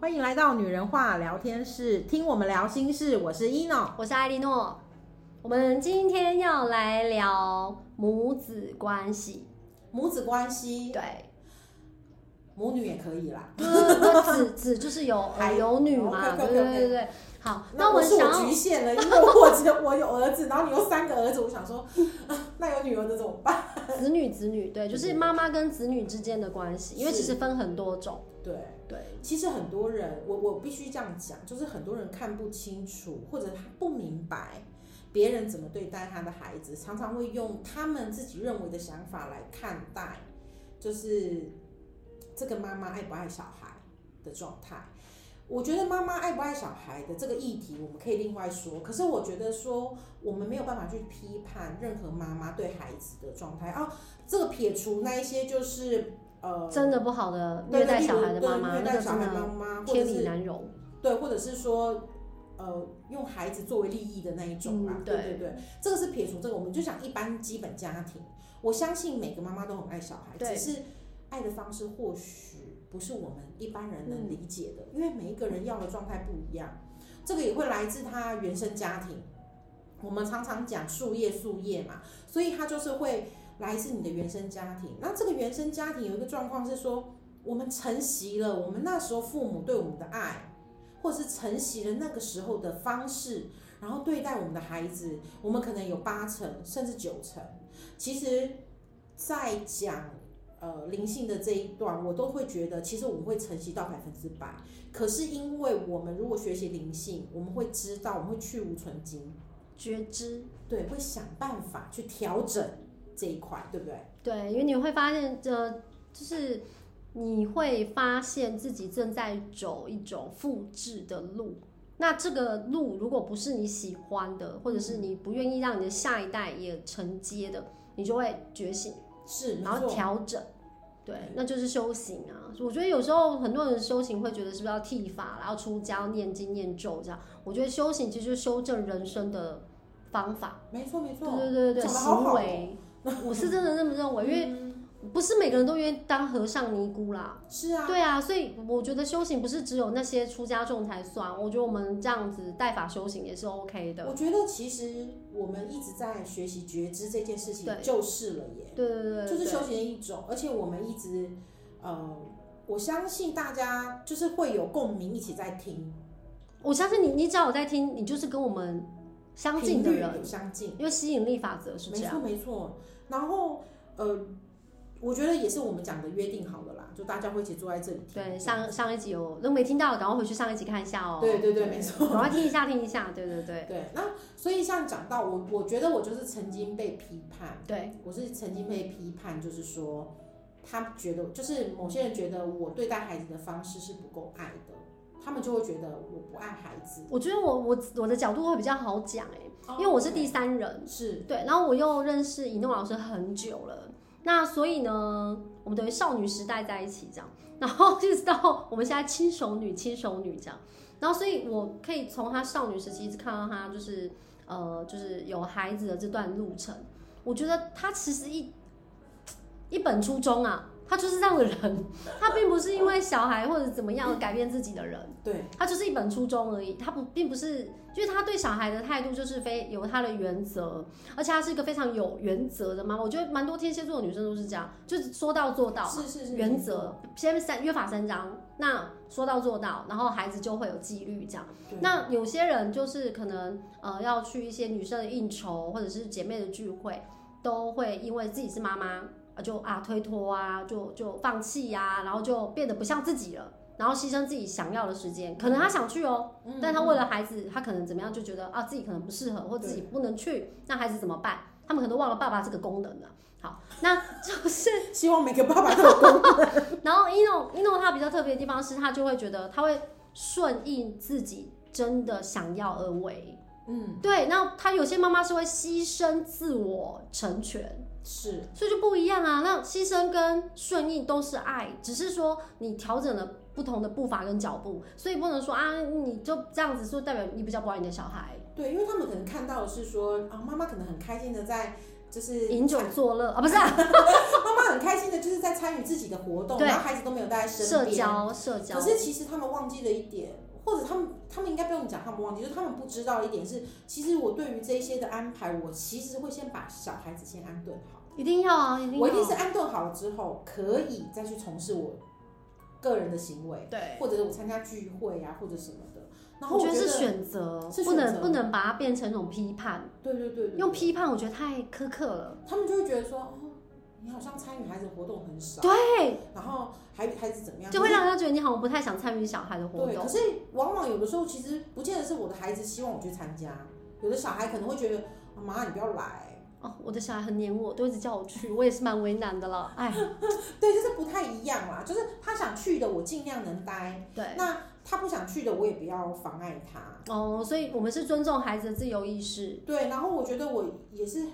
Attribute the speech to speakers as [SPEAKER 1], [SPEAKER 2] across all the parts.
[SPEAKER 1] 欢迎来到女人话聊天室，听我们聊心事。我是一诺，
[SPEAKER 2] 我是艾莉诺。我们今天要来聊母子关系，
[SPEAKER 1] 母子关系，
[SPEAKER 2] 对，
[SPEAKER 1] 母女也可以啦。
[SPEAKER 2] 那子子呃就是有儿有女
[SPEAKER 1] 还
[SPEAKER 2] 嘛，对
[SPEAKER 1] 有
[SPEAKER 2] 对对对。好，
[SPEAKER 1] 那
[SPEAKER 2] 我们
[SPEAKER 1] 是
[SPEAKER 2] 想
[SPEAKER 1] 我局
[SPEAKER 2] 要
[SPEAKER 1] 限了，因为我只 有我有儿子，然后你有三个儿子，我想说，啊那有女儿的怎么办？
[SPEAKER 2] 子女子女，对，就是妈妈跟子女之间的关系，因为
[SPEAKER 1] 是
[SPEAKER 2] 其实分很多种，
[SPEAKER 1] 对，
[SPEAKER 2] 对，
[SPEAKER 1] 其实很多人，我我必须这样讲，就是很多人看不清楚，或者他不明白别人怎么对待他的孩子，常常会用他们自己认为的想法来看待，就是这个妈妈爱不爱小孩的状态。我觉得妈妈爱不爱小孩的这个议题，我们可以另外说。可是我觉得说，我们没有办法去批判任何妈妈对孩子的状态啊。这个撇除那一些就是呃
[SPEAKER 2] 真的不好的
[SPEAKER 1] 对
[SPEAKER 2] 虐待小孩的妈妈，
[SPEAKER 1] 对虐
[SPEAKER 2] 那
[SPEAKER 1] 待
[SPEAKER 2] 个
[SPEAKER 1] 小
[SPEAKER 2] 真
[SPEAKER 1] 孩
[SPEAKER 2] 的
[SPEAKER 1] 妈妈，或者
[SPEAKER 2] 天理
[SPEAKER 1] 是
[SPEAKER 2] 难容，
[SPEAKER 1] 对，或者是说，呃，用孩子作为利益的那一种啦，
[SPEAKER 2] 嗯
[SPEAKER 1] 对
[SPEAKER 2] 对
[SPEAKER 1] 对对，这个是撇除这个，我们就讲一般基本家庭，我相信每个妈妈都很爱小孩，只
[SPEAKER 2] 对
[SPEAKER 1] 是爱的方式或许不是我们一般人能理解的，因为每一个人要的状态不一样，这个也会来自他原生家庭。我们常常讲树叶树叶嘛，所以它就是会来自你的原生家庭。那这个原生家庭有一个状况是说，我们承袭了我们那时候父母对我们的爱，或者是承袭了那个时候的方式，然后对待我们的孩子，我们可能有八成甚至九成。其实，在讲呃灵性的这一段，我都会觉得，其实我们会承袭到百分之百。可是因为我们如果学习灵性，我们会知道，我们会去无存精。
[SPEAKER 2] 觉知。
[SPEAKER 1] 对，会想办法去调整这一块，对不对？
[SPEAKER 2] 对，因为你会发现，呃，就是你会发现自己正在走一种复制的路。那这个路如果不是你喜欢的，或者是你不愿意让你的下一代也承接的，你就会觉醒，
[SPEAKER 1] 是，没
[SPEAKER 2] 然后
[SPEAKER 1] 错，
[SPEAKER 2] 调整。对，那就是修行啊。我觉得有时候很多人修行会觉得是不是要剃发，然后出家要念经念咒这样。我觉得修行其实就是修正人生的方法。
[SPEAKER 1] 没错，没错，
[SPEAKER 2] 对对对对，
[SPEAKER 1] 讲得好
[SPEAKER 2] 行
[SPEAKER 1] 好哦嗯
[SPEAKER 2] 为，我是真的这么认为，因为不是每个人都愿意当和尚尼姑啦。
[SPEAKER 1] 是啊，
[SPEAKER 2] 对啊，所以我觉得修行不是只有那些出家众才算，我觉得我们这样子带法修行也是 OK 的。
[SPEAKER 1] 我觉得其实我们一直在学习觉知这件事情
[SPEAKER 2] 对
[SPEAKER 1] 就是了耶，
[SPEAKER 2] 对对对对，
[SPEAKER 1] 就是
[SPEAKER 2] 对
[SPEAKER 1] 修行的一种，而且我们一直，呃，我相信大家就是会有共鸣，一起在听，
[SPEAKER 2] 我相信你，你只要有在听，你就是跟我们相
[SPEAKER 1] 频
[SPEAKER 2] 近的
[SPEAKER 1] 率
[SPEAKER 2] 人
[SPEAKER 1] 很，相近。
[SPEAKER 2] 因为吸引力法则是这
[SPEAKER 1] 没
[SPEAKER 2] 样。
[SPEAKER 1] 错没错，然后呃，我觉得也是我们讲的约定好的啦，就大家会一起坐在这里听。
[SPEAKER 2] 对，上上一集有，如果没听到，赶快回去上一集看一下哦。
[SPEAKER 1] 对对对没错
[SPEAKER 2] 赶快听一下听一下，对对对
[SPEAKER 1] 对，那所以像讲到我，我觉得我就是曾经被批判，
[SPEAKER 2] 对，
[SPEAKER 1] 我是曾经被批判，就是说他觉得，就是某些人觉得我对待孩子的方式是不够爱的，他们就会觉得我不爱孩子，
[SPEAKER 2] 我觉得我我我的角度会比较好讲哎、因为我是第三人，
[SPEAKER 1] 是
[SPEAKER 2] 对，然后我又认识以诺老师很久了，那所以呢，我们等于少女时代在一起这样，然后一直到我们现在亲手女、亲手女这样，然后所以我可以从她少女时期一直看到她就是呃，就是有孩子的这段路程，我觉得她其实一一本初衷啊，她就是这样的人，她并不是因为小孩或者怎么样而改变自己的人。
[SPEAKER 1] 对，
[SPEAKER 2] 他就是一本初衷而已，他不并不是，就是他对小孩的态度就是非有他的原则，而且他是一个非常有原则的妈妈。我觉得蛮多天蝎座的女生都是这样，就是说到做到，
[SPEAKER 1] 是是是
[SPEAKER 2] 原则，先三约法三章，那说到做到，然后孩子就会有纪律这样。
[SPEAKER 1] 对
[SPEAKER 2] 那有些人就是可能呃要去一些女生的应酬或者是姐妹的聚会，都会因为自己是妈妈，呃就啊推脱啊，就就放弃呀、然后就变得不像自己了。然后牺牲自己想要的时间，可能他想去哦，
[SPEAKER 1] 嗯
[SPEAKER 2] 但他为了孩子，他可能怎么样就觉得啊自己可能不适合，或
[SPEAKER 1] 对
[SPEAKER 2] 自己不能去，那孩子怎么办？他们可能都忘了爸爸 这个功能
[SPEAKER 1] 嗯
[SPEAKER 2] 了。好，那就是
[SPEAKER 1] 希望每个爸爸都有共
[SPEAKER 2] 然后 ino ino 他比较特别的地方是，他就会觉得他会顺应自己真的想要而为。
[SPEAKER 1] 嗯
[SPEAKER 2] 对，那他有些妈妈是会牺牲自我成全，
[SPEAKER 1] 是
[SPEAKER 2] 所以就不一样啊。那牺牲跟顺应都是爱，只是说你调整了不同的步伐跟脚步，所以不能说啊你就这样子说代表你比较不爱你的小孩。
[SPEAKER 1] 对，因为他们可能看到的是说啊，妈妈可能很开心的在就是
[SPEAKER 2] 饮酒作乐啊，不是啊、
[SPEAKER 1] 妈妈很开心的，就是在参与自己的活动，
[SPEAKER 2] 对
[SPEAKER 1] 然后孩子都没有带在身
[SPEAKER 2] 社
[SPEAKER 1] 边。
[SPEAKER 2] 交社交
[SPEAKER 1] 可，是其实他们忘记了一点，或者他们他们应该不用讲，他们忘记，就是他们不知道一点是，其实我对于这些的安排，我其实会先把小孩子先安顿好，
[SPEAKER 2] 一定要啊，一定要，
[SPEAKER 1] 我一定是安顿好了之后，可以再去从事我个人的行为，
[SPEAKER 2] 对。
[SPEAKER 1] 或者是我参加聚会啊，或者什么的。然后
[SPEAKER 2] 我觉得
[SPEAKER 1] 得
[SPEAKER 2] 是选择，
[SPEAKER 1] 是
[SPEAKER 2] 不
[SPEAKER 1] 选
[SPEAKER 2] 能
[SPEAKER 1] 择
[SPEAKER 2] 不能把它变成一种批判，
[SPEAKER 1] 对对对对，
[SPEAKER 2] 用批判我觉得太苛刻了。
[SPEAKER 1] 他们就会觉得说，哦，你好像参与孩子活动很少，
[SPEAKER 2] 对，
[SPEAKER 1] 然后孩孩子怎么样，
[SPEAKER 2] 就会让他觉得你好像不太想参与小孩的活
[SPEAKER 1] 嗯对，
[SPEAKER 2] 动
[SPEAKER 1] 可。是往往有的时候，其实不见得是我的孩子希望我去参加，有的小孩可能会觉得，啊妈，你不要来，
[SPEAKER 2] 哦，我的小孩很黏我，都一直叫我去，我也是蛮为难的了。 哎，
[SPEAKER 1] 对，就是不太一样啦。就是他想去的，我尽量能待；
[SPEAKER 2] 对，
[SPEAKER 1] 那他不想去的，我也不要妨碍他。
[SPEAKER 2] 哦，所以我们是尊重孩子的自由意识。
[SPEAKER 1] 对，然后我觉得我也是，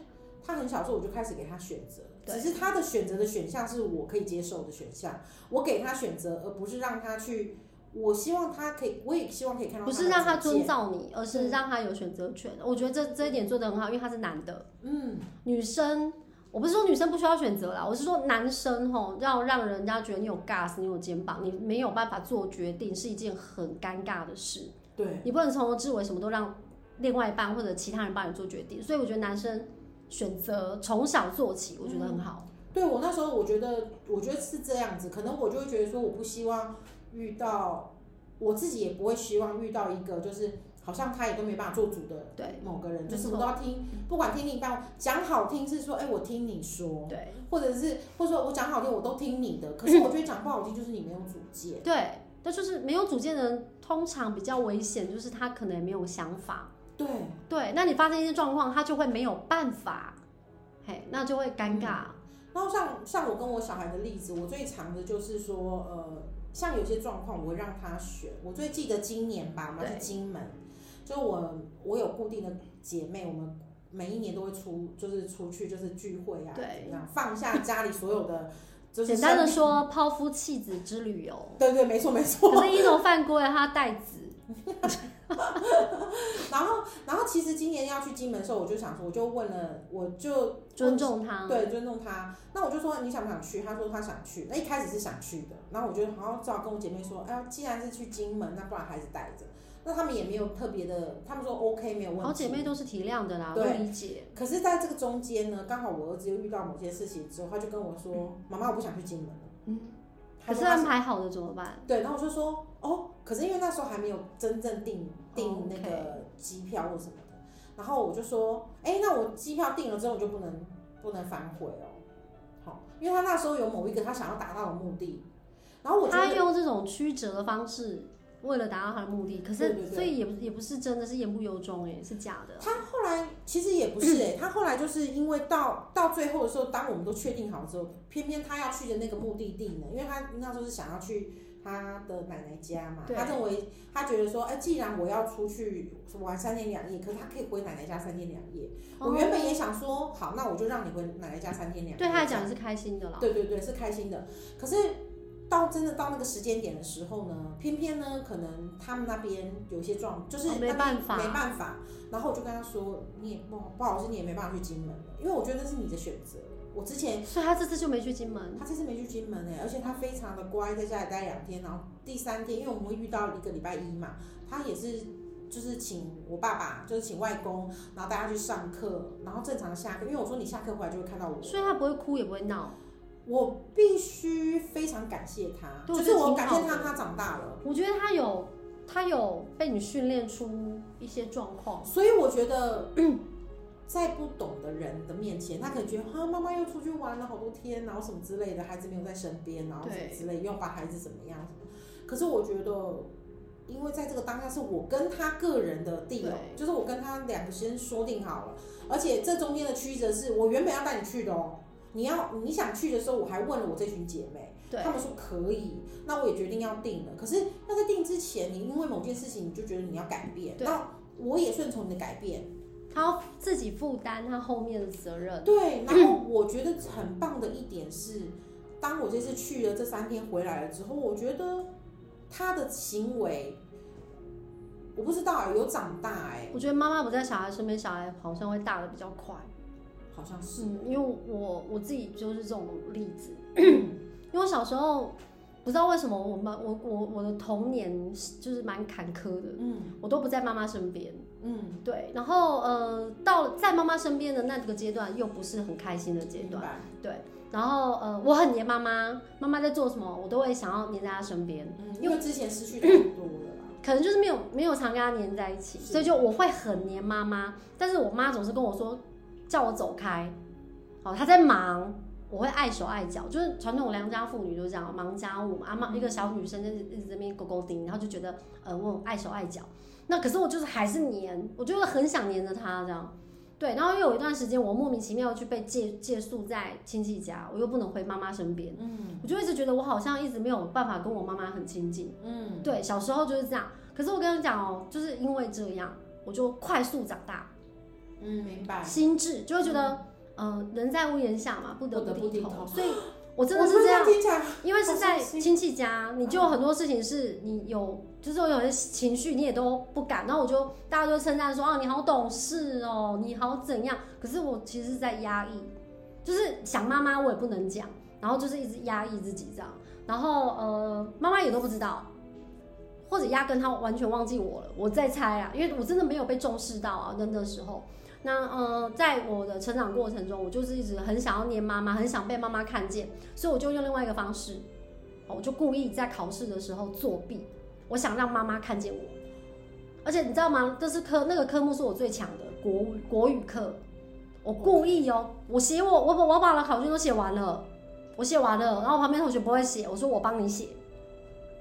[SPEAKER 1] 他很小的时候我就开始给他选择，
[SPEAKER 2] 对
[SPEAKER 1] 只是他的选择的选项是我可以接受的选项，我给他选择，而不是让他去。我希望他可以，我也希望可以看到
[SPEAKER 2] 不
[SPEAKER 1] 的
[SPEAKER 2] 是让他
[SPEAKER 1] 主
[SPEAKER 2] 遵
[SPEAKER 1] 见，
[SPEAKER 2] 照你，而是
[SPEAKER 1] 对
[SPEAKER 2] 让他有选择权。我觉得这这一点做得很好，因为他是男的，
[SPEAKER 1] 嗯，
[SPEAKER 2] 女生我不是说女生不需要选择啦，我是说男生吼，要让人家觉得你有 gas，你有肩膀，你没有办法做决定是一件很尴尬的事，
[SPEAKER 1] 对，
[SPEAKER 2] 你不能从头至尾什么都让另外一半或者其他人帮你做决定，所以我觉得男生选择从小做起，我觉得很好。
[SPEAKER 1] 对我那时候，我觉得，我觉得是这样子，可能我就会觉得说，我不希望遇到，我自己也不会希望遇到一个就是好像他也都没办法做主的
[SPEAKER 2] 对
[SPEAKER 1] 某个人，
[SPEAKER 2] 没
[SPEAKER 1] 就
[SPEAKER 2] 错嗯
[SPEAKER 1] 什么都要听，不管听另一半讲好听是说，哎、我听你说，
[SPEAKER 2] 对
[SPEAKER 1] 或者是或者说我讲好听我都听你的，可是我觉得讲不好听就是你没有主见，
[SPEAKER 2] 对，那就是没有主见的人，通常比较危险，就是他可能也没有想法。
[SPEAKER 1] 对，
[SPEAKER 2] 对，那你发生一些状况，他就会没有办法，嘿，那就会尴尬。
[SPEAKER 1] 嗯然后像像我跟我小孩的例子，我最常的就是说，呃，像有些状况我会让他选。我最记得今年吧，我们
[SPEAKER 2] 对
[SPEAKER 1] 去金门，就我我有固定的姐妹，我们每一年都会出，就是出去就是聚会啊，
[SPEAKER 2] 对
[SPEAKER 1] 怎么样放下家里所有的， 就是
[SPEAKER 2] 简单的
[SPEAKER 1] 生
[SPEAKER 2] 说，抛夫弃子之旅游。
[SPEAKER 1] 对对，没错没错。
[SPEAKER 2] 可是一农犯规，他带子，
[SPEAKER 1] 然后然后其实今年要去金门的时候，我就想说，我就问了，我就
[SPEAKER 2] 尊重他。
[SPEAKER 1] 对，尊重他。那我就说你想不想去？他说他想去。那一开始是想去的，然后我觉得好像只好跟我姐妹说，哎、呀，既然是去金门，那不然还是带着。那他们也没有特别的，他们说 OK 没有问题。
[SPEAKER 2] 好姐妹都是体谅的啦，都
[SPEAKER 1] 对
[SPEAKER 2] 理解。
[SPEAKER 1] 可是在这个中间呢，刚好我儿子又遇到某些事情之后，他就跟我说：“妈妈，我不想去金门了。”
[SPEAKER 2] 嗯，
[SPEAKER 1] 他
[SPEAKER 2] 可是
[SPEAKER 1] 说他
[SPEAKER 2] 安
[SPEAKER 1] 想
[SPEAKER 2] 排好的怎么办？
[SPEAKER 1] 对，然后我就说：“哦，可是因为那时候还没有真正订
[SPEAKER 2] 哦
[SPEAKER 1] 订
[SPEAKER 2] ，OK
[SPEAKER 1] 那个机票或什么的。”然后我就说：“哎，那我机票订了之后，我就不能不能反悔哦。”好，因为他那时候有某一个他想要达到的目的，然后我觉
[SPEAKER 2] 他
[SPEAKER 1] 得
[SPEAKER 2] 用这种曲折的方式，为了达到他的目的，可是
[SPEAKER 1] 对对对
[SPEAKER 2] 所以也不也不是真的是言不由衷，哎，是假的。
[SPEAKER 1] 他后来其实也不
[SPEAKER 2] 嗯
[SPEAKER 1] 是哎、他后来就是因为到到最后的时候，当我们都确定好之后，偏偏他要去的那个目的地呢，因为他那时候是想要去他的奶奶家嘛，
[SPEAKER 2] 对
[SPEAKER 1] 他认为他觉得说，哎，既然我要出去玩三天两夜，可是他可以回奶奶家三天两夜。我原本也想说，好，那我就让你回奶奶家三天两夜。
[SPEAKER 2] 哦对他来讲也是开心的啦。
[SPEAKER 1] 对对对，是开心的。可是到真的到那个时间点的时候呢，偏偏呢，可能他们那边有一些状，就是
[SPEAKER 2] 哦
[SPEAKER 1] 那
[SPEAKER 2] 没
[SPEAKER 1] 边
[SPEAKER 2] 办法
[SPEAKER 1] 没办法。然后我就跟他说，你也不好不好意思，你也没办法去金门了，因为我觉得那是你的选择。我之前
[SPEAKER 2] 所以他这次就没去金门。
[SPEAKER 1] 他这次没去金门哎、而且他非常的乖，在家里待两天，然后第三天，因为我们会遇到一个礼拜一嘛，他也是就是请我爸爸，就是请外公，然后带他去上课，然后正常下课，因为我说你下课回来就会看到我，
[SPEAKER 2] 所以他不会哭，也不会闹。
[SPEAKER 1] 我必须非常感谢他，
[SPEAKER 2] 对
[SPEAKER 1] 就
[SPEAKER 2] 我
[SPEAKER 1] 是
[SPEAKER 2] 觉得
[SPEAKER 1] 我
[SPEAKER 2] 挺
[SPEAKER 1] 感谢
[SPEAKER 2] 好
[SPEAKER 1] 他，
[SPEAKER 2] 的
[SPEAKER 1] 他长大了。
[SPEAKER 2] 我觉得他有他有被你训练出一些状况，
[SPEAKER 1] 所以我觉得，在不懂的人的面前，他可能觉得啊，妈妈又出去玩了好多天，然后什么之类的，孩子没有在身边，然后什么
[SPEAKER 2] 对
[SPEAKER 1] 之类，又把孩子怎么样什么。可是我觉得，因为在这个当下是我跟他个人的地哦，
[SPEAKER 2] 对
[SPEAKER 1] 就是我跟他两个先说定好了，而且这中间的曲折是我原本要带你去的哦。你要你想去的时候，我还问了我这群姐妹，
[SPEAKER 2] 对
[SPEAKER 1] 他，们说可以，那我也决定要定了。可是那在定之前，你因为某件事情，你就觉得你要改变，
[SPEAKER 2] 对
[SPEAKER 1] 那我也顺从你的改变，
[SPEAKER 2] 他要自己负担他后面的责任。
[SPEAKER 1] 对。然后我觉得很棒的一点是，当我这次去了这三天回来了之后，我觉得他的行为，我不知道、有长大哎、
[SPEAKER 2] 我觉得妈妈不在小孩身边，小孩好像会大的比较快。
[SPEAKER 1] 好像是。
[SPEAKER 2] 嗯，因为我我自己就是这种例子， 因为我小时候不知道为什么我妈我我我的童年是就是蛮坎坷的，
[SPEAKER 1] 嗯
[SPEAKER 2] 我都不在妈妈身边，
[SPEAKER 1] 嗯，
[SPEAKER 2] 对，然后呃到在妈妈身边的那个阶段又不是很开心的阶
[SPEAKER 1] 明
[SPEAKER 2] 段，
[SPEAKER 1] 白。
[SPEAKER 2] 然后呃我很黏妈妈，妈妈在做什么我都会想要黏在她身边，
[SPEAKER 1] 嗯，因为之前失去太多了啦。
[SPEAKER 2] 可能就是没有没有常跟她黏在一起，
[SPEAKER 1] 是
[SPEAKER 2] 所以就我会很黏妈妈，但是我妈总是跟我说叫我走开，哦她在忙。我会碍手碍脚，就是传统良家妇女就是这样忙家务嘛。啊妈一个小女生就是一直在那边勾勾顶，然后就觉得呃我很碍手碍脚。那可是我就是还是黏，我就是很想黏着她这样。对，然后又有一段时间我莫名其妙去被借借宿在亲戚家，我又不能回妈妈身边，
[SPEAKER 1] 嗯
[SPEAKER 2] 我就一直觉得我好像一直没有办法跟我妈妈很亲近。
[SPEAKER 1] 嗯，
[SPEAKER 2] 对，小时候就是这样。可是我跟你讲哦，就是因为这样，我就快速长大，
[SPEAKER 1] 嗯，明白。
[SPEAKER 2] 心智就会觉得，呃，人在屋檐下嘛，不得
[SPEAKER 1] 嗯不得不
[SPEAKER 2] 低
[SPEAKER 1] 低
[SPEAKER 2] 头。
[SPEAKER 1] 头
[SPEAKER 2] 所以我真的
[SPEAKER 1] 我
[SPEAKER 2] 是这样，
[SPEAKER 1] 听起来
[SPEAKER 2] 因为是在
[SPEAKER 1] 好伤心
[SPEAKER 2] 亲戚家，你就有很多事情是你有，就是有些情绪你也都不敢。然后我就大家就称赞说，哦，你好懂事哦，你好怎样？可是我其实是在压抑，就是想妈妈我也不能讲，然后就是一直压抑自己这样。然后呃，妈妈也都不知道，或者压根她完全忘记我了。我在猜啊，因为我真的没有被重视到啊，那那时候。那呃，在我的成长过程中，我就是一直很想要黏妈妈，很想被妈妈看见，所以我就用另外一个方式，哦我就故意在考试的时候作弊，我想让妈妈看见我。而且你知道吗？这是科那个科目是我最强的国语国语课，我故意哦，我写我我把我把我的考卷都写完了，我写完了，然后旁边同学不会写，我说我帮你写，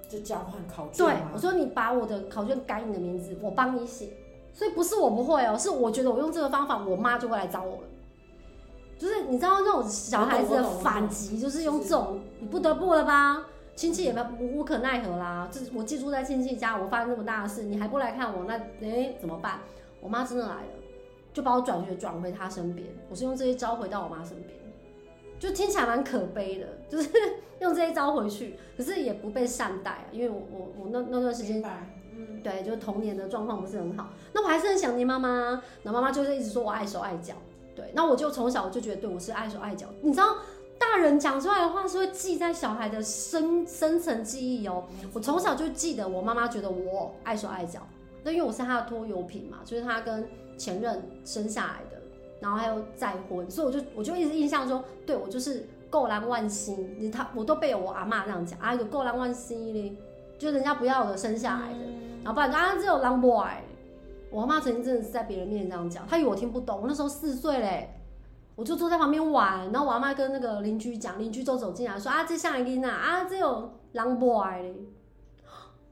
[SPEAKER 1] 就交换考卷
[SPEAKER 2] 对
[SPEAKER 1] 嘛
[SPEAKER 2] 我说你把我的考卷改你的名字，我帮你写。所以不是我不会哦，是我觉得我用这个方法，我妈就会来找我了。就是你知道那种小孩子
[SPEAKER 1] 我
[SPEAKER 2] 的
[SPEAKER 1] 懂我懂
[SPEAKER 2] 反击，就是用这
[SPEAKER 1] 是
[SPEAKER 2] 种你不得不了吧？亲戚也无无可奈何啦。这我寄住在亲戚家，我发生那么大的事，你还不来看我，那诶怎么办？我妈真的来了，就把我转学转回她身边。我是用这一招回到我妈身边，就听起来蛮可悲的，就是 用这一招回去，可是也不被善待啊，因为我我我那那段时间
[SPEAKER 1] 明白。嗯，
[SPEAKER 2] 对，就是童年的状况不是很好。那我还是很想念妈妈，然后妈妈就是一直说我碍手碍脚。对，那我就从小就觉得对我是碍手碍脚。你知道，大人讲出来的话是会记在小孩的深深层记忆哦。我从小就记得我妈妈觉得我碍手碍脚，那因为我是她的拖油瓶嘛，就是她跟前任生下来的，然后还有再婚，所以我就我就一直印象中，对我就是够狼万星，你她我都被我阿妈这样讲，啊有够狼万星嘞，就是人家不要的生下来的，然后不然就啊只有狼 boy。我妈曾经真的是在别人面前这样讲，她以为我听不懂，我那时候四岁嘞。我就坐在旁边玩，然后我阿妈跟那个邻居讲，邻居都走进来说啊，这像一个囡仔啊，这有狼 boy 嘞。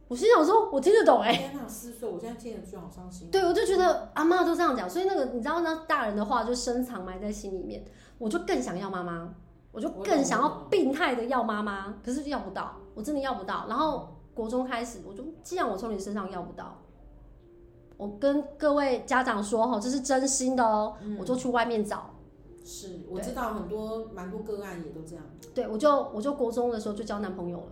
[SPEAKER 2] 我心想说，我听得懂哎、
[SPEAKER 1] 天哪，四岁，我现在听了就好伤心。
[SPEAKER 2] 对，我就觉得阿妈都这样讲，所以那个你知道，那大人的话就深藏埋在心里面，我就更想要妈妈，我就更想要病态的要妈妈，可是就要不到，我真的要不到。然后国中开始，我就既然我从你身上要不到，我跟各位家长说哈，这是真心的哦，
[SPEAKER 1] 嗯
[SPEAKER 2] 我就去外面找。
[SPEAKER 1] 是我
[SPEAKER 2] 对
[SPEAKER 1] 知道很多蛮多个案也都这样，
[SPEAKER 2] 对，我就我就国中的时候就交男朋友了，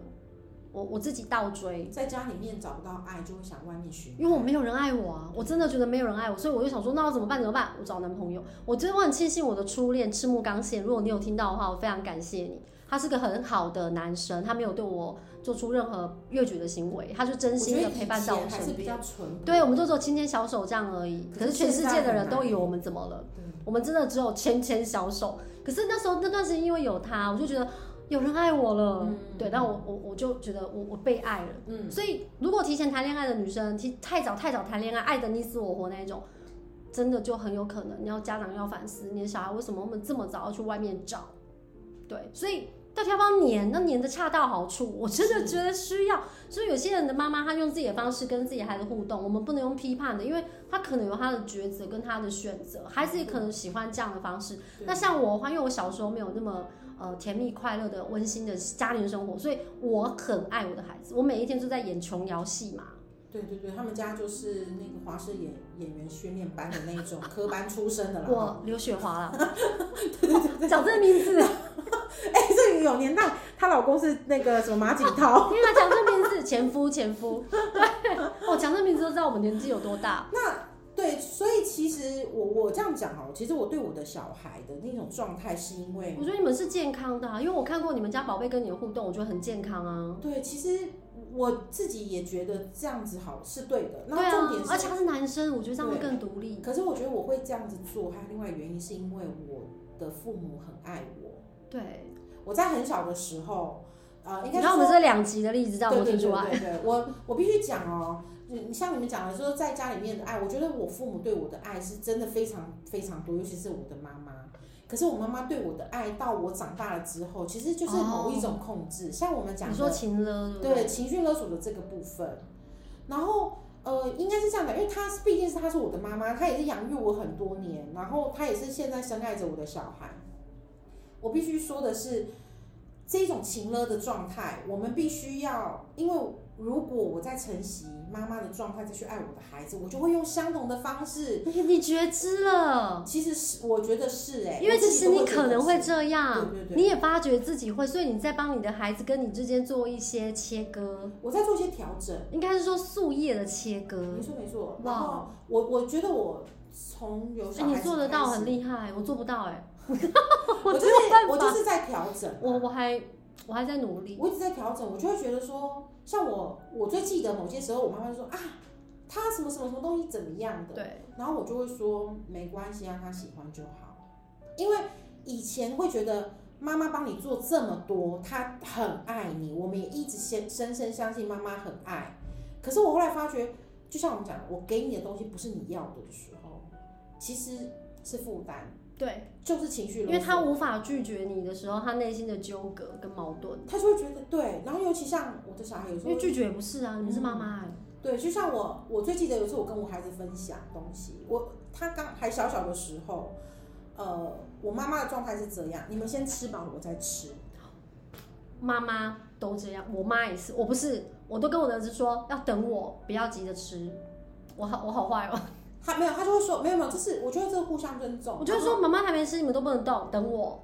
[SPEAKER 2] 我我自己倒追，
[SPEAKER 1] 在家里面找不到爱，就会想外面寻。
[SPEAKER 2] 因为我没有人爱我啊，我真的觉得没有人爱我，所以我就想说，那我怎么办？怎么办？我找男朋友。我真的我很庆幸我的初恋赤木刚宪，如果你有听到的话，我非常感谢你。他是个很好的男生，他没有对我做出任何越矩的行为，他就真心的陪伴到
[SPEAKER 1] 我
[SPEAKER 2] 我
[SPEAKER 1] 觉得以前还是
[SPEAKER 2] 身
[SPEAKER 1] 比
[SPEAKER 2] 边。
[SPEAKER 1] 较纯朴。
[SPEAKER 2] 对，我们就只有牵牵小手这样而已。可
[SPEAKER 1] 可
[SPEAKER 2] 是
[SPEAKER 1] 是
[SPEAKER 2] 全世界的人
[SPEAKER 1] 现在很难欸
[SPEAKER 2] 都以为我们怎么了？
[SPEAKER 1] 对
[SPEAKER 2] 我们真的只有牵牵小手。可是那时候那段时间因为有他，我就觉得有人爱我了。
[SPEAKER 1] 嗯
[SPEAKER 2] 对，但我我我就觉得我我被爱了。
[SPEAKER 1] 嗯，
[SPEAKER 2] 所以，如果提前谈恋爱的女生，提太早太早谈恋爱，爱的你死我活那一种，真的就很有可能，你要家长要反思，你的小孩为什么我们这么早要去外面找？对，所以到底要不要黏？那黏的恰到好处，我真的
[SPEAKER 1] 是
[SPEAKER 2] 觉得需要。所以有些人的妈妈，她用自己的方式跟自己孩子互动，我们不能用批判的，因为她可能有她的抉择跟她的选择，孩子也可能喜欢这样的方式。
[SPEAKER 1] 对
[SPEAKER 2] 那像我的话，因为我小时候没有那么呃甜蜜、快乐的、温馨的家庭生活，所以我很爱我的孩子。我每一天都在演琼瑶戏嘛，
[SPEAKER 1] 对对对，他们家就是那个华视演演员训练班的那种科班出身的啦。
[SPEAKER 2] 我刘雪华啦，哦讲这个名字，
[SPEAKER 1] 哎、这个有年代，她老公是那个什么马景涛。
[SPEAKER 2] 天啊，讲这个名 字，前夫前夫，对，哦，讲这个名字都知道我们年纪有多大。
[SPEAKER 1] 对，所以所以其实我我这样讲好了，其实我对我的小孩的那种状态，是因为
[SPEAKER 2] 我觉得你们是健康的、啊，因为我看过你们家宝贝跟你的互动，我觉得很健康啊。
[SPEAKER 1] 对，其实我自己也觉得这样子好是对的。
[SPEAKER 2] 对
[SPEAKER 1] 那重
[SPEAKER 2] 啊
[SPEAKER 1] 点，是，
[SPEAKER 2] 而且他是男生，我觉得这样会
[SPEAKER 1] 对
[SPEAKER 2] 更独立。
[SPEAKER 1] 可是我觉得我会这样子做，还有另外一个原因是因为我的父母很爱我。
[SPEAKER 2] 对，
[SPEAKER 1] 我在很小的时候，呃，应
[SPEAKER 2] 你
[SPEAKER 1] 该
[SPEAKER 2] 看
[SPEAKER 1] 是
[SPEAKER 2] 我
[SPEAKER 1] 说
[SPEAKER 2] 们这两集的例子，
[SPEAKER 1] 对对对
[SPEAKER 2] 让我听出
[SPEAKER 1] 对
[SPEAKER 2] 来。
[SPEAKER 1] 对对我我必须讲哦，你你像你们讲的说在家里面的爱，我觉得我父母对我的爱是真的非常非常多，尤其是我的妈妈。可是我妈妈对我的爱，到我长大了之后，其实就是某一种控制。像我们讲
[SPEAKER 2] 你
[SPEAKER 1] 的
[SPEAKER 2] 说情了，不
[SPEAKER 1] 对情绪勒索的这个部分，然后呃，应该是这样的，因为她是毕竟是她是我的妈妈，她也是养育我很多年，然后她也是现在深爱着我的小孩。我必须说的是，这种情勒的状态，我们必须要，因为如果我在承袭妈妈的状态再去爱我的孩子，我就会用相同的方式。
[SPEAKER 2] 你你觉知了，
[SPEAKER 1] 其实是我觉得是哎、
[SPEAKER 2] 因为
[SPEAKER 1] 我自
[SPEAKER 2] 其
[SPEAKER 1] 己都
[SPEAKER 2] 实你可能会
[SPEAKER 1] 觉
[SPEAKER 2] 这
[SPEAKER 1] 得
[SPEAKER 2] 样
[SPEAKER 1] 是，对对对，
[SPEAKER 2] 你也发觉自己会，所以你在帮你的孩子跟你之间做一些切割，
[SPEAKER 1] 我在做一些调整。
[SPEAKER 2] 应该是说树叶的切割
[SPEAKER 1] 没。错没错，然后
[SPEAKER 2] 哇
[SPEAKER 1] 我我觉得我从有
[SPEAKER 2] 哎，
[SPEAKER 1] 小孩
[SPEAKER 2] 你
[SPEAKER 1] 子
[SPEAKER 2] 做得到，
[SPEAKER 1] 开始
[SPEAKER 2] 很厉害，我做不到哎，
[SPEAKER 1] 我就是我就是在调整，啊
[SPEAKER 2] 我我还我还在努力。
[SPEAKER 1] 我一直在调整，我就会觉得说，像我我最记得某些时候，我妈妈就说啊，他什么什么什么东西怎么样的，
[SPEAKER 2] 对，
[SPEAKER 1] 然后我就会说没关系，让他喜欢就好，因为以前会觉得。妈妈帮你做这么多，她很爱你，我们也一直先深深相信妈妈很爱。可是我后来发觉，就像我们讲的，我给你的东西不是你要的的时候，其实是负担，
[SPEAKER 2] 对，
[SPEAKER 1] 就是情绪勒
[SPEAKER 2] 因
[SPEAKER 1] 索。
[SPEAKER 2] 为他无法拒绝你的时候，他内心的纠葛跟矛盾，
[SPEAKER 1] 他就会觉得对，然后尤其像我的小孩有时
[SPEAKER 2] 因为
[SPEAKER 1] 候，
[SPEAKER 2] 拒绝也不是啊，你们是妈妈哎，
[SPEAKER 1] 对，就像我，我最记得有一次我跟我孩子分享东西，我他刚还小小的时候，呃，我妈妈的状态是这样，你们先吃饱了我再吃，
[SPEAKER 2] 妈妈都这样，我妈也是，我不是，我都跟我的儿子说要等我，不要急着吃。我好，我好坏哦！
[SPEAKER 1] 他没有，他就会说没有没有，这是我觉得这个互相尊重，
[SPEAKER 2] 我就是说，妈妈还没吃，你们都不能动，等我。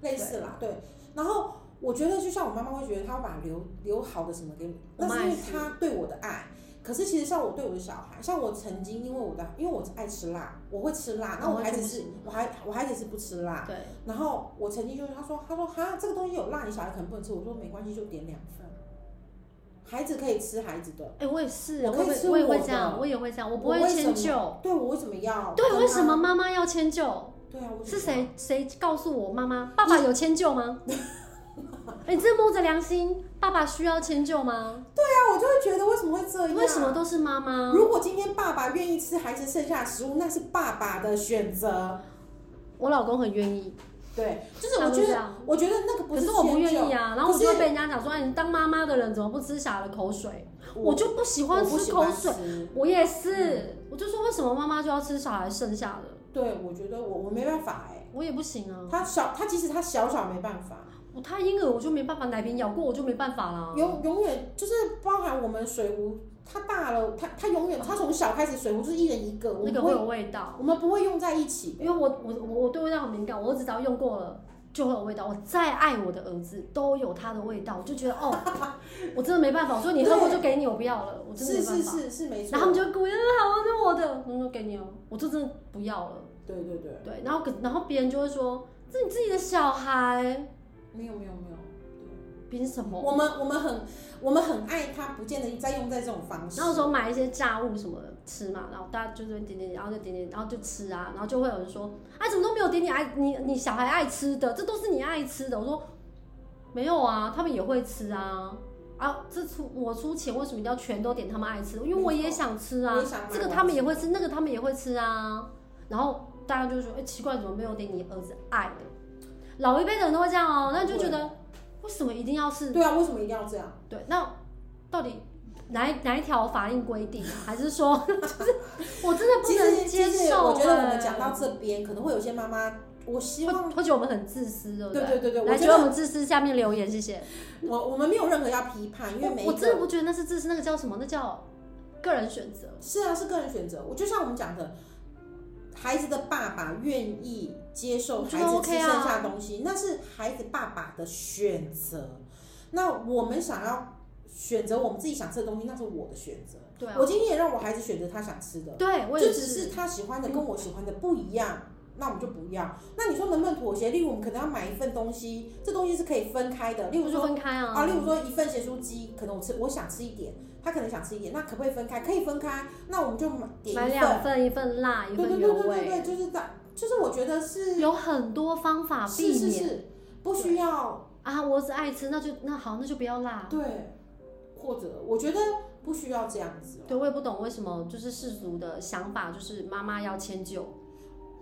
[SPEAKER 1] 类似啦，对，然后。我觉得就像我妈妈会觉得，她会把留留好的什么给你，
[SPEAKER 2] 我
[SPEAKER 1] 那
[SPEAKER 2] 妈
[SPEAKER 1] 是因为
[SPEAKER 2] 也是
[SPEAKER 1] 她对我的爱。可是其实像我对我的小孩，像我曾经因为我的，因为我爱吃辣，我会吃辣，那我
[SPEAKER 2] 我会
[SPEAKER 1] 孩子
[SPEAKER 2] 吃
[SPEAKER 1] 是
[SPEAKER 2] 不，
[SPEAKER 1] 我还我孩子是不吃辣，
[SPEAKER 2] 对，
[SPEAKER 1] 然后我曾经就是他说，他说哈，这个东西有辣，你小孩可能不能吃。我说没关系，就点两份，孩子可以吃孩子的。
[SPEAKER 2] 哎、我也是，
[SPEAKER 1] 我可以
[SPEAKER 2] 也
[SPEAKER 1] 吃
[SPEAKER 2] 我也
[SPEAKER 1] 我
[SPEAKER 2] 会
[SPEAKER 1] 的
[SPEAKER 2] 这样，我也会这样，我不
[SPEAKER 1] 我
[SPEAKER 2] 会
[SPEAKER 1] 为什么
[SPEAKER 2] 迁就。
[SPEAKER 1] 对我为什么要？
[SPEAKER 2] 对，为什么？妈妈要迁就？
[SPEAKER 1] 对啊，我
[SPEAKER 2] 是？谁谁告诉我妈妈？爸爸有迁 就吗？哎你这摸着良心，爸爸需要迁就吗？
[SPEAKER 1] 对啊，我就会觉得为什么会这样？
[SPEAKER 2] 为什么？都是妈妈？
[SPEAKER 1] 如果今天爸爸愿意吃孩子剩下的食物，那是爸爸的选择。
[SPEAKER 2] 我老公很愿意，
[SPEAKER 1] 对，就是
[SPEAKER 2] 他
[SPEAKER 1] 我觉
[SPEAKER 2] 这
[SPEAKER 1] 得，
[SPEAKER 2] 样。
[SPEAKER 1] 我觉得那个不
[SPEAKER 2] 可
[SPEAKER 1] 是
[SPEAKER 2] 是我不
[SPEAKER 1] 迁就
[SPEAKER 2] 愿意啊，然后
[SPEAKER 1] 不
[SPEAKER 2] 我
[SPEAKER 1] 是
[SPEAKER 2] 就会被人家讲说，哎，你当妈妈的人怎么不吃小孩的口水？我
[SPEAKER 1] 我
[SPEAKER 2] 就不喜
[SPEAKER 1] 喜
[SPEAKER 2] 欢
[SPEAKER 1] 不
[SPEAKER 2] 吃
[SPEAKER 1] 喜
[SPEAKER 2] 口
[SPEAKER 1] 欢
[SPEAKER 2] 水，
[SPEAKER 1] 吃。
[SPEAKER 2] 我也是，我就说为什么妈妈就要吃小孩剩下的？
[SPEAKER 1] 对，我觉得我我没办法哎、
[SPEAKER 2] 我也不行啊，
[SPEAKER 1] 他小他即使他小小没办法，
[SPEAKER 2] 我太婴儿我就没办法，奶瓶咬过我就没办法啦。
[SPEAKER 1] 永永远就是包含我们水壶，它大了，它它永远它从小开始水壶就是一人一个，我
[SPEAKER 2] 哦那
[SPEAKER 1] 们
[SPEAKER 2] 个
[SPEAKER 1] 不
[SPEAKER 2] 会
[SPEAKER 1] 会
[SPEAKER 2] 有味道，
[SPEAKER 1] 我们不会用在一起
[SPEAKER 2] 因
[SPEAKER 1] 的。
[SPEAKER 2] 为我我我我对味道很敏感，我儿子只要用过了。就会有味道。我再爱我的儿子，都有他的味道，我就觉得 哦，我真的没办法。我说你喝过就给你，我不要了，我真的
[SPEAKER 1] 是
[SPEAKER 2] 没办
[SPEAKER 1] 是
[SPEAKER 2] 法。
[SPEAKER 1] 是是没错
[SPEAKER 2] 然后他。们就故意，嗯，好，那我的，嗯，给你哦，我就真的不要了。
[SPEAKER 1] 对对对，
[SPEAKER 2] 对，然后可然后别人就会说，这你自己的小孩，
[SPEAKER 1] 没有没有没有，
[SPEAKER 2] 凭什么？
[SPEAKER 1] 我们我们很我们很爱它，不见得再用在这种方式。
[SPEAKER 2] 然后有时候买一些炸物什么的吃嘛，然后大家就是点点，然后就点点，然后就吃啊，然后就会有人说，哎，怎么都没有点你爱你你小孩爱吃的，这都是你爱吃的。我说没有啊，他们也会吃啊。啊，这出我出钱，为什么一定要全都点他们爱吃？因为我也想吃啊
[SPEAKER 1] 我也想买，
[SPEAKER 2] 这个他们也会吃，那个他们也会吃啊。然后大家就说，哎、奇怪，怎么没有点你儿子爱的？老一辈的人都会这样哦，那就觉得为什么一定要是
[SPEAKER 1] 对啊，为什么一定要这样？
[SPEAKER 2] 对，那到底哪一哪一条法令规定啊？还是说， 就是我真的不
[SPEAKER 1] 其实
[SPEAKER 2] 能
[SPEAKER 1] 其
[SPEAKER 2] 接
[SPEAKER 1] 实
[SPEAKER 2] 受、欸？
[SPEAKER 1] 我觉得我们讲到这边，可能会有些妈妈，我希望
[SPEAKER 2] 会会觉得我们很自私，对不
[SPEAKER 1] 对对对对，我
[SPEAKER 2] 来，觉
[SPEAKER 1] 觉
[SPEAKER 2] 得我
[SPEAKER 1] 得
[SPEAKER 2] 们自私，下面留言谢谢。
[SPEAKER 1] 我我们没有任何要批判，因为每
[SPEAKER 2] 我
[SPEAKER 1] 一
[SPEAKER 2] 我真的
[SPEAKER 1] 个
[SPEAKER 2] 不觉得那是自私，那个叫什么？那叫个人选择。
[SPEAKER 1] 是啊是个人选择。我就像我们讲的。孩子的爸爸愿意接受
[SPEAKER 2] 我觉
[SPEAKER 1] 孩
[SPEAKER 2] 得
[SPEAKER 1] 子吃
[SPEAKER 2] OK
[SPEAKER 1] 剩
[SPEAKER 2] 啊
[SPEAKER 1] 下东西，那是孩子爸爸的选择。那我们想要选择我们自己想吃的东西，那是我的选择。
[SPEAKER 2] 对啊
[SPEAKER 1] 我，今天也让我孩子选择他想吃的，
[SPEAKER 2] 对我
[SPEAKER 1] 就
[SPEAKER 2] 也
[SPEAKER 1] 只是他喜欢的跟我喜欢的不一样，那我们就不要。那你说能不能妥协？例如我们可能要买一份东西，这东西是可以分开的，例如
[SPEAKER 2] 就
[SPEAKER 1] 说。
[SPEAKER 2] 分开啊，
[SPEAKER 1] 啊，例如说一份咸酥鸡，可能我吃我想吃一点，他可能想吃一点，那可不可以分开？可以分开，那我们就买点
[SPEAKER 2] 买
[SPEAKER 1] 一
[SPEAKER 2] 两
[SPEAKER 1] 份，
[SPEAKER 2] 份，一份辣，
[SPEAKER 1] 对
[SPEAKER 2] 一
[SPEAKER 1] 对对
[SPEAKER 2] 份
[SPEAKER 1] 对
[SPEAKER 2] 原
[SPEAKER 1] 对对，
[SPEAKER 2] 味，
[SPEAKER 1] 就是在，就是我觉得是
[SPEAKER 2] 有很多方法避
[SPEAKER 1] 是
[SPEAKER 2] 免
[SPEAKER 1] 是是，不需要
[SPEAKER 2] 啊。我只爱吃，那就那好，那就不要辣。
[SPEAKER 1] 对，或者我觉得不需要这样子，哦
[SPEAKER 2] 对，我也不懂为什么就是世俗的想法就是妈妈要迁就，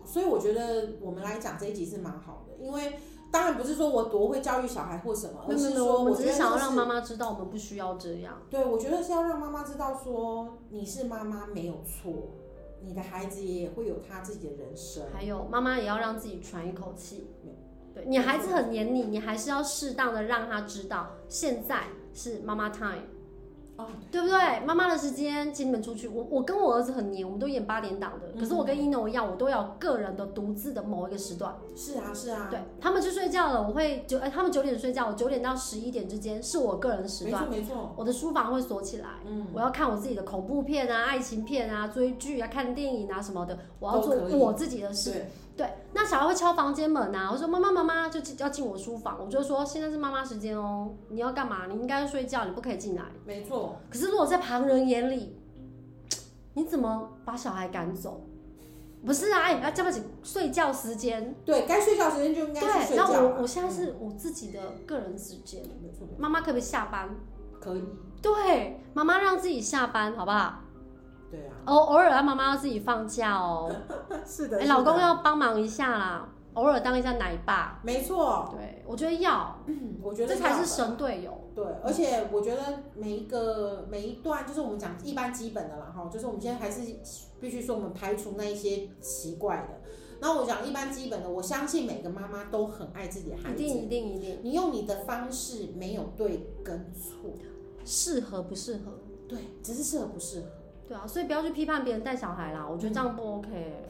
[SPEAKER 1] 所以我觉得我们来讲这一集是蛮好的，因为当然不是说我多会教育小孩或什么，
[SPEAKER 2] 没
[SPEAKER 1] 而
[SPEAKER 2] 有没
[SPEAKER 1] 是
[SPEAKER 2] 有没有，
[SPEAKER 1] 说
[SPEAKER 2] 我们
[SPEAKER 1] 我
[SPEAKER 2] 只
[SPEAKER 1] 觉
[SPEAKER 2] 是
[SPEAKER 1] 得
[SPEAKER 2] 想要
[SPEAKER 1] 那
[SPEAKER 2] 让
[SPEAKER 1] 是
[SPEAKER 2] 妈妈知道我们不需要这样。
[SPEAKER 1] 对，我觉得是要让妈妈知道说你是妈妈没有错，你的孩子也会有他自己的人生。
[SPEAKER 2] 还有妈妈也要让自己喘一口气。对你孩子很黏你，你还是要适当的让他知道，现在是妈妈 time，
[SPEAKER 1] 哦，
[SPEAKER 2] 对不对？妈妈的时间，请你们出去。我我跟我儿子很黏，我们都演八点档
[SPEAKER 1] 嗯
[SPEAKER 2] 的，可是我跟一诺一样，我都要个人的独自的某一个时段。
[SPEAKER 1] 是啊，是啊，
[SPEAKER 2] 对他们去睡觉了，我会九、哎，他们九点睡觉，我九点到十一点之间是我个人时
[SPEAKER 1] 没
[SPEAKER 2] 段，
[SPEAKER 1] 错没错，
[SPEAKER 2] 我的书房会锁起来。
[SPEAKER 1] 嗯，
[SPEAKER 2] 我要看我自己的恐怖片啊、爱情片啊、追剧啊、看电影啊什么的，我要
[SPEAKER 1] 都
[SPEAKER 2] 做
[SPEAKER 1] 可以
[SPEAKER 2] 我自己的事。
[SPEAKER 1] 对，
[SPEAKER 2] 对，那小孩会敲房间门啊，我说妈妈妈妈就进要进我书房，我就说现在是妈妈时间哦，你要干嘛？你应该睡觉，你不可以进来。
[SPEAKER 1] 没错，
[SPEAKER 2] 可是如果在旁人眼里，你怎么把小孩赶走？不是啊，哎，要叫不起睡觉时间。
[SPEAKER 1] 对该睡觉时间就应该去
[SPEAKER 2] 对，
[SPEAKER 1] 睡觉
[SPEAKER 2] 那
[SPEAKER 1] 啊。
[SPEAKER 2] 我我现在是我自己的个人时间，
[SPEAKER 1] 嗯没错，
[SPEAKER 2] 妈妈可不可以下班？
[SPEAKER 1] 可以，
[SPEAKER 2] 对，妈妈让自己下班，好不好？
[SPEAKER 1] 对 啊，
[SPEAKER 2] 偶偶尔啊，妈妈要自己放假哦。
[SPEAKER 1] 是
[SPEAKER 2] 哎、
[SPEAKER 1] 是
[SPEAKER 2] 老公要帮忙一下啦，偶尔当一下奶爸。
[SPEAKER 1] 没错，
[SPEAKER 2] 对，我觉得要，
[SPEAKER 1] 嗯我觉得
[SPEAKER 2] 这才
[SPEAKER 1] 要
[SPEAKER 2] 是
[SPEAKER 1] 的
[SPEAKER 2] 神队友。
[SPEAKER 1] 对，而且我觉得每一个每一段，就是我们讲一般基本的啦，哈，就是我们现在还是必须说我们排除那一些奇怪的。那我讲一般基本的，我相信每个妈妈都很爱自己的孩
[SPEAKER 2] 一定一
[SPEAKER 1] 子。
[SPEAKER 2] 定一定，
[SPEAKER 1] 你用你的方式没有对跟错，
[SPEAKER 2] 适合不适合？
[SPEAKER 1] 对，只是适合不适合。
[SPEAKER 2] 对啊，所以不要去批判别人带小孩啦，我觉得这样
[SPEAKER 1] 嗯
[SPEAKER 2] 不 OK，、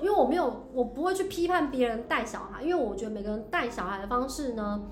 [SPEAKER 2] 因 为我没有，我不会去批判别人带小孩，因为我觉得每个人带小孩的方式呢，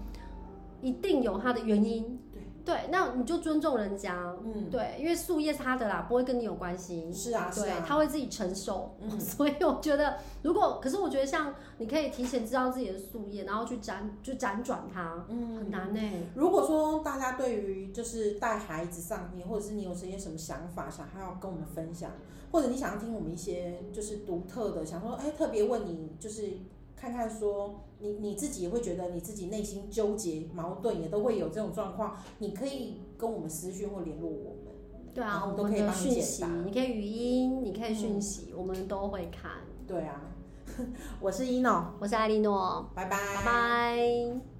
[SPEAKER 2] 一定有他的原因。对，那你就尊重人家，
[SPEAKER 1] 嗯，
[SPEAKER 2] 对，因为树叶是他的啦，不会跟你有关系。
[SPEAKER 1] 是啊，是
[SPEAKER 2] 对，
[SPEAKER 1] 啊，
[SPEAKER 2] 他会自己承受。
[SPEAKER 1] 嗯
[SPEAKER 2] 所以我觉得，如果可是我觉得像你可以提前知道自己的宿业，然后去辗就辗转它，很
[SPEAKER 1] 嗯。
[SPEAKER 2] 难欸呢、
[SPEAKER 1] 如果说大家对于就是带孩子上面，或者是你有一些什么想法，想要跟我们分享，或者你想要听我们一些就是独特的，想说哎特别问你，就是看看说你你自己也会觉得你自己内心纠结矛盾，也都会有这种状况，你可以跟我们私讯或联络我们。
[SPEAKER 2] 对
[SPEAKER 1] 然
[SPEAKER 2] 啊
[SPEAKER 1] 后，
[SPEAKER 2] 我
[SPEAKER 1] 都
[SPEAKER 2] 们
[SPEAKER 1] 可以
[SPEAKER 2] 的
[SPEAKER 1] 帮你
[SPEAKER 2] 讯
[SPEAKER 1] 解
[SPEAKER 2] 息，
[SPEAKER 1] 答嗯
[SPEAKER 2] 你可以语音，你可以讯息，我们都会看。
[SPEAKER 1] 对啊，我是一诺，
[SPEAKER 2] 我是艾莉诺，
[SPEAKER 1] 拜
[SPEAKER 2] 拜拜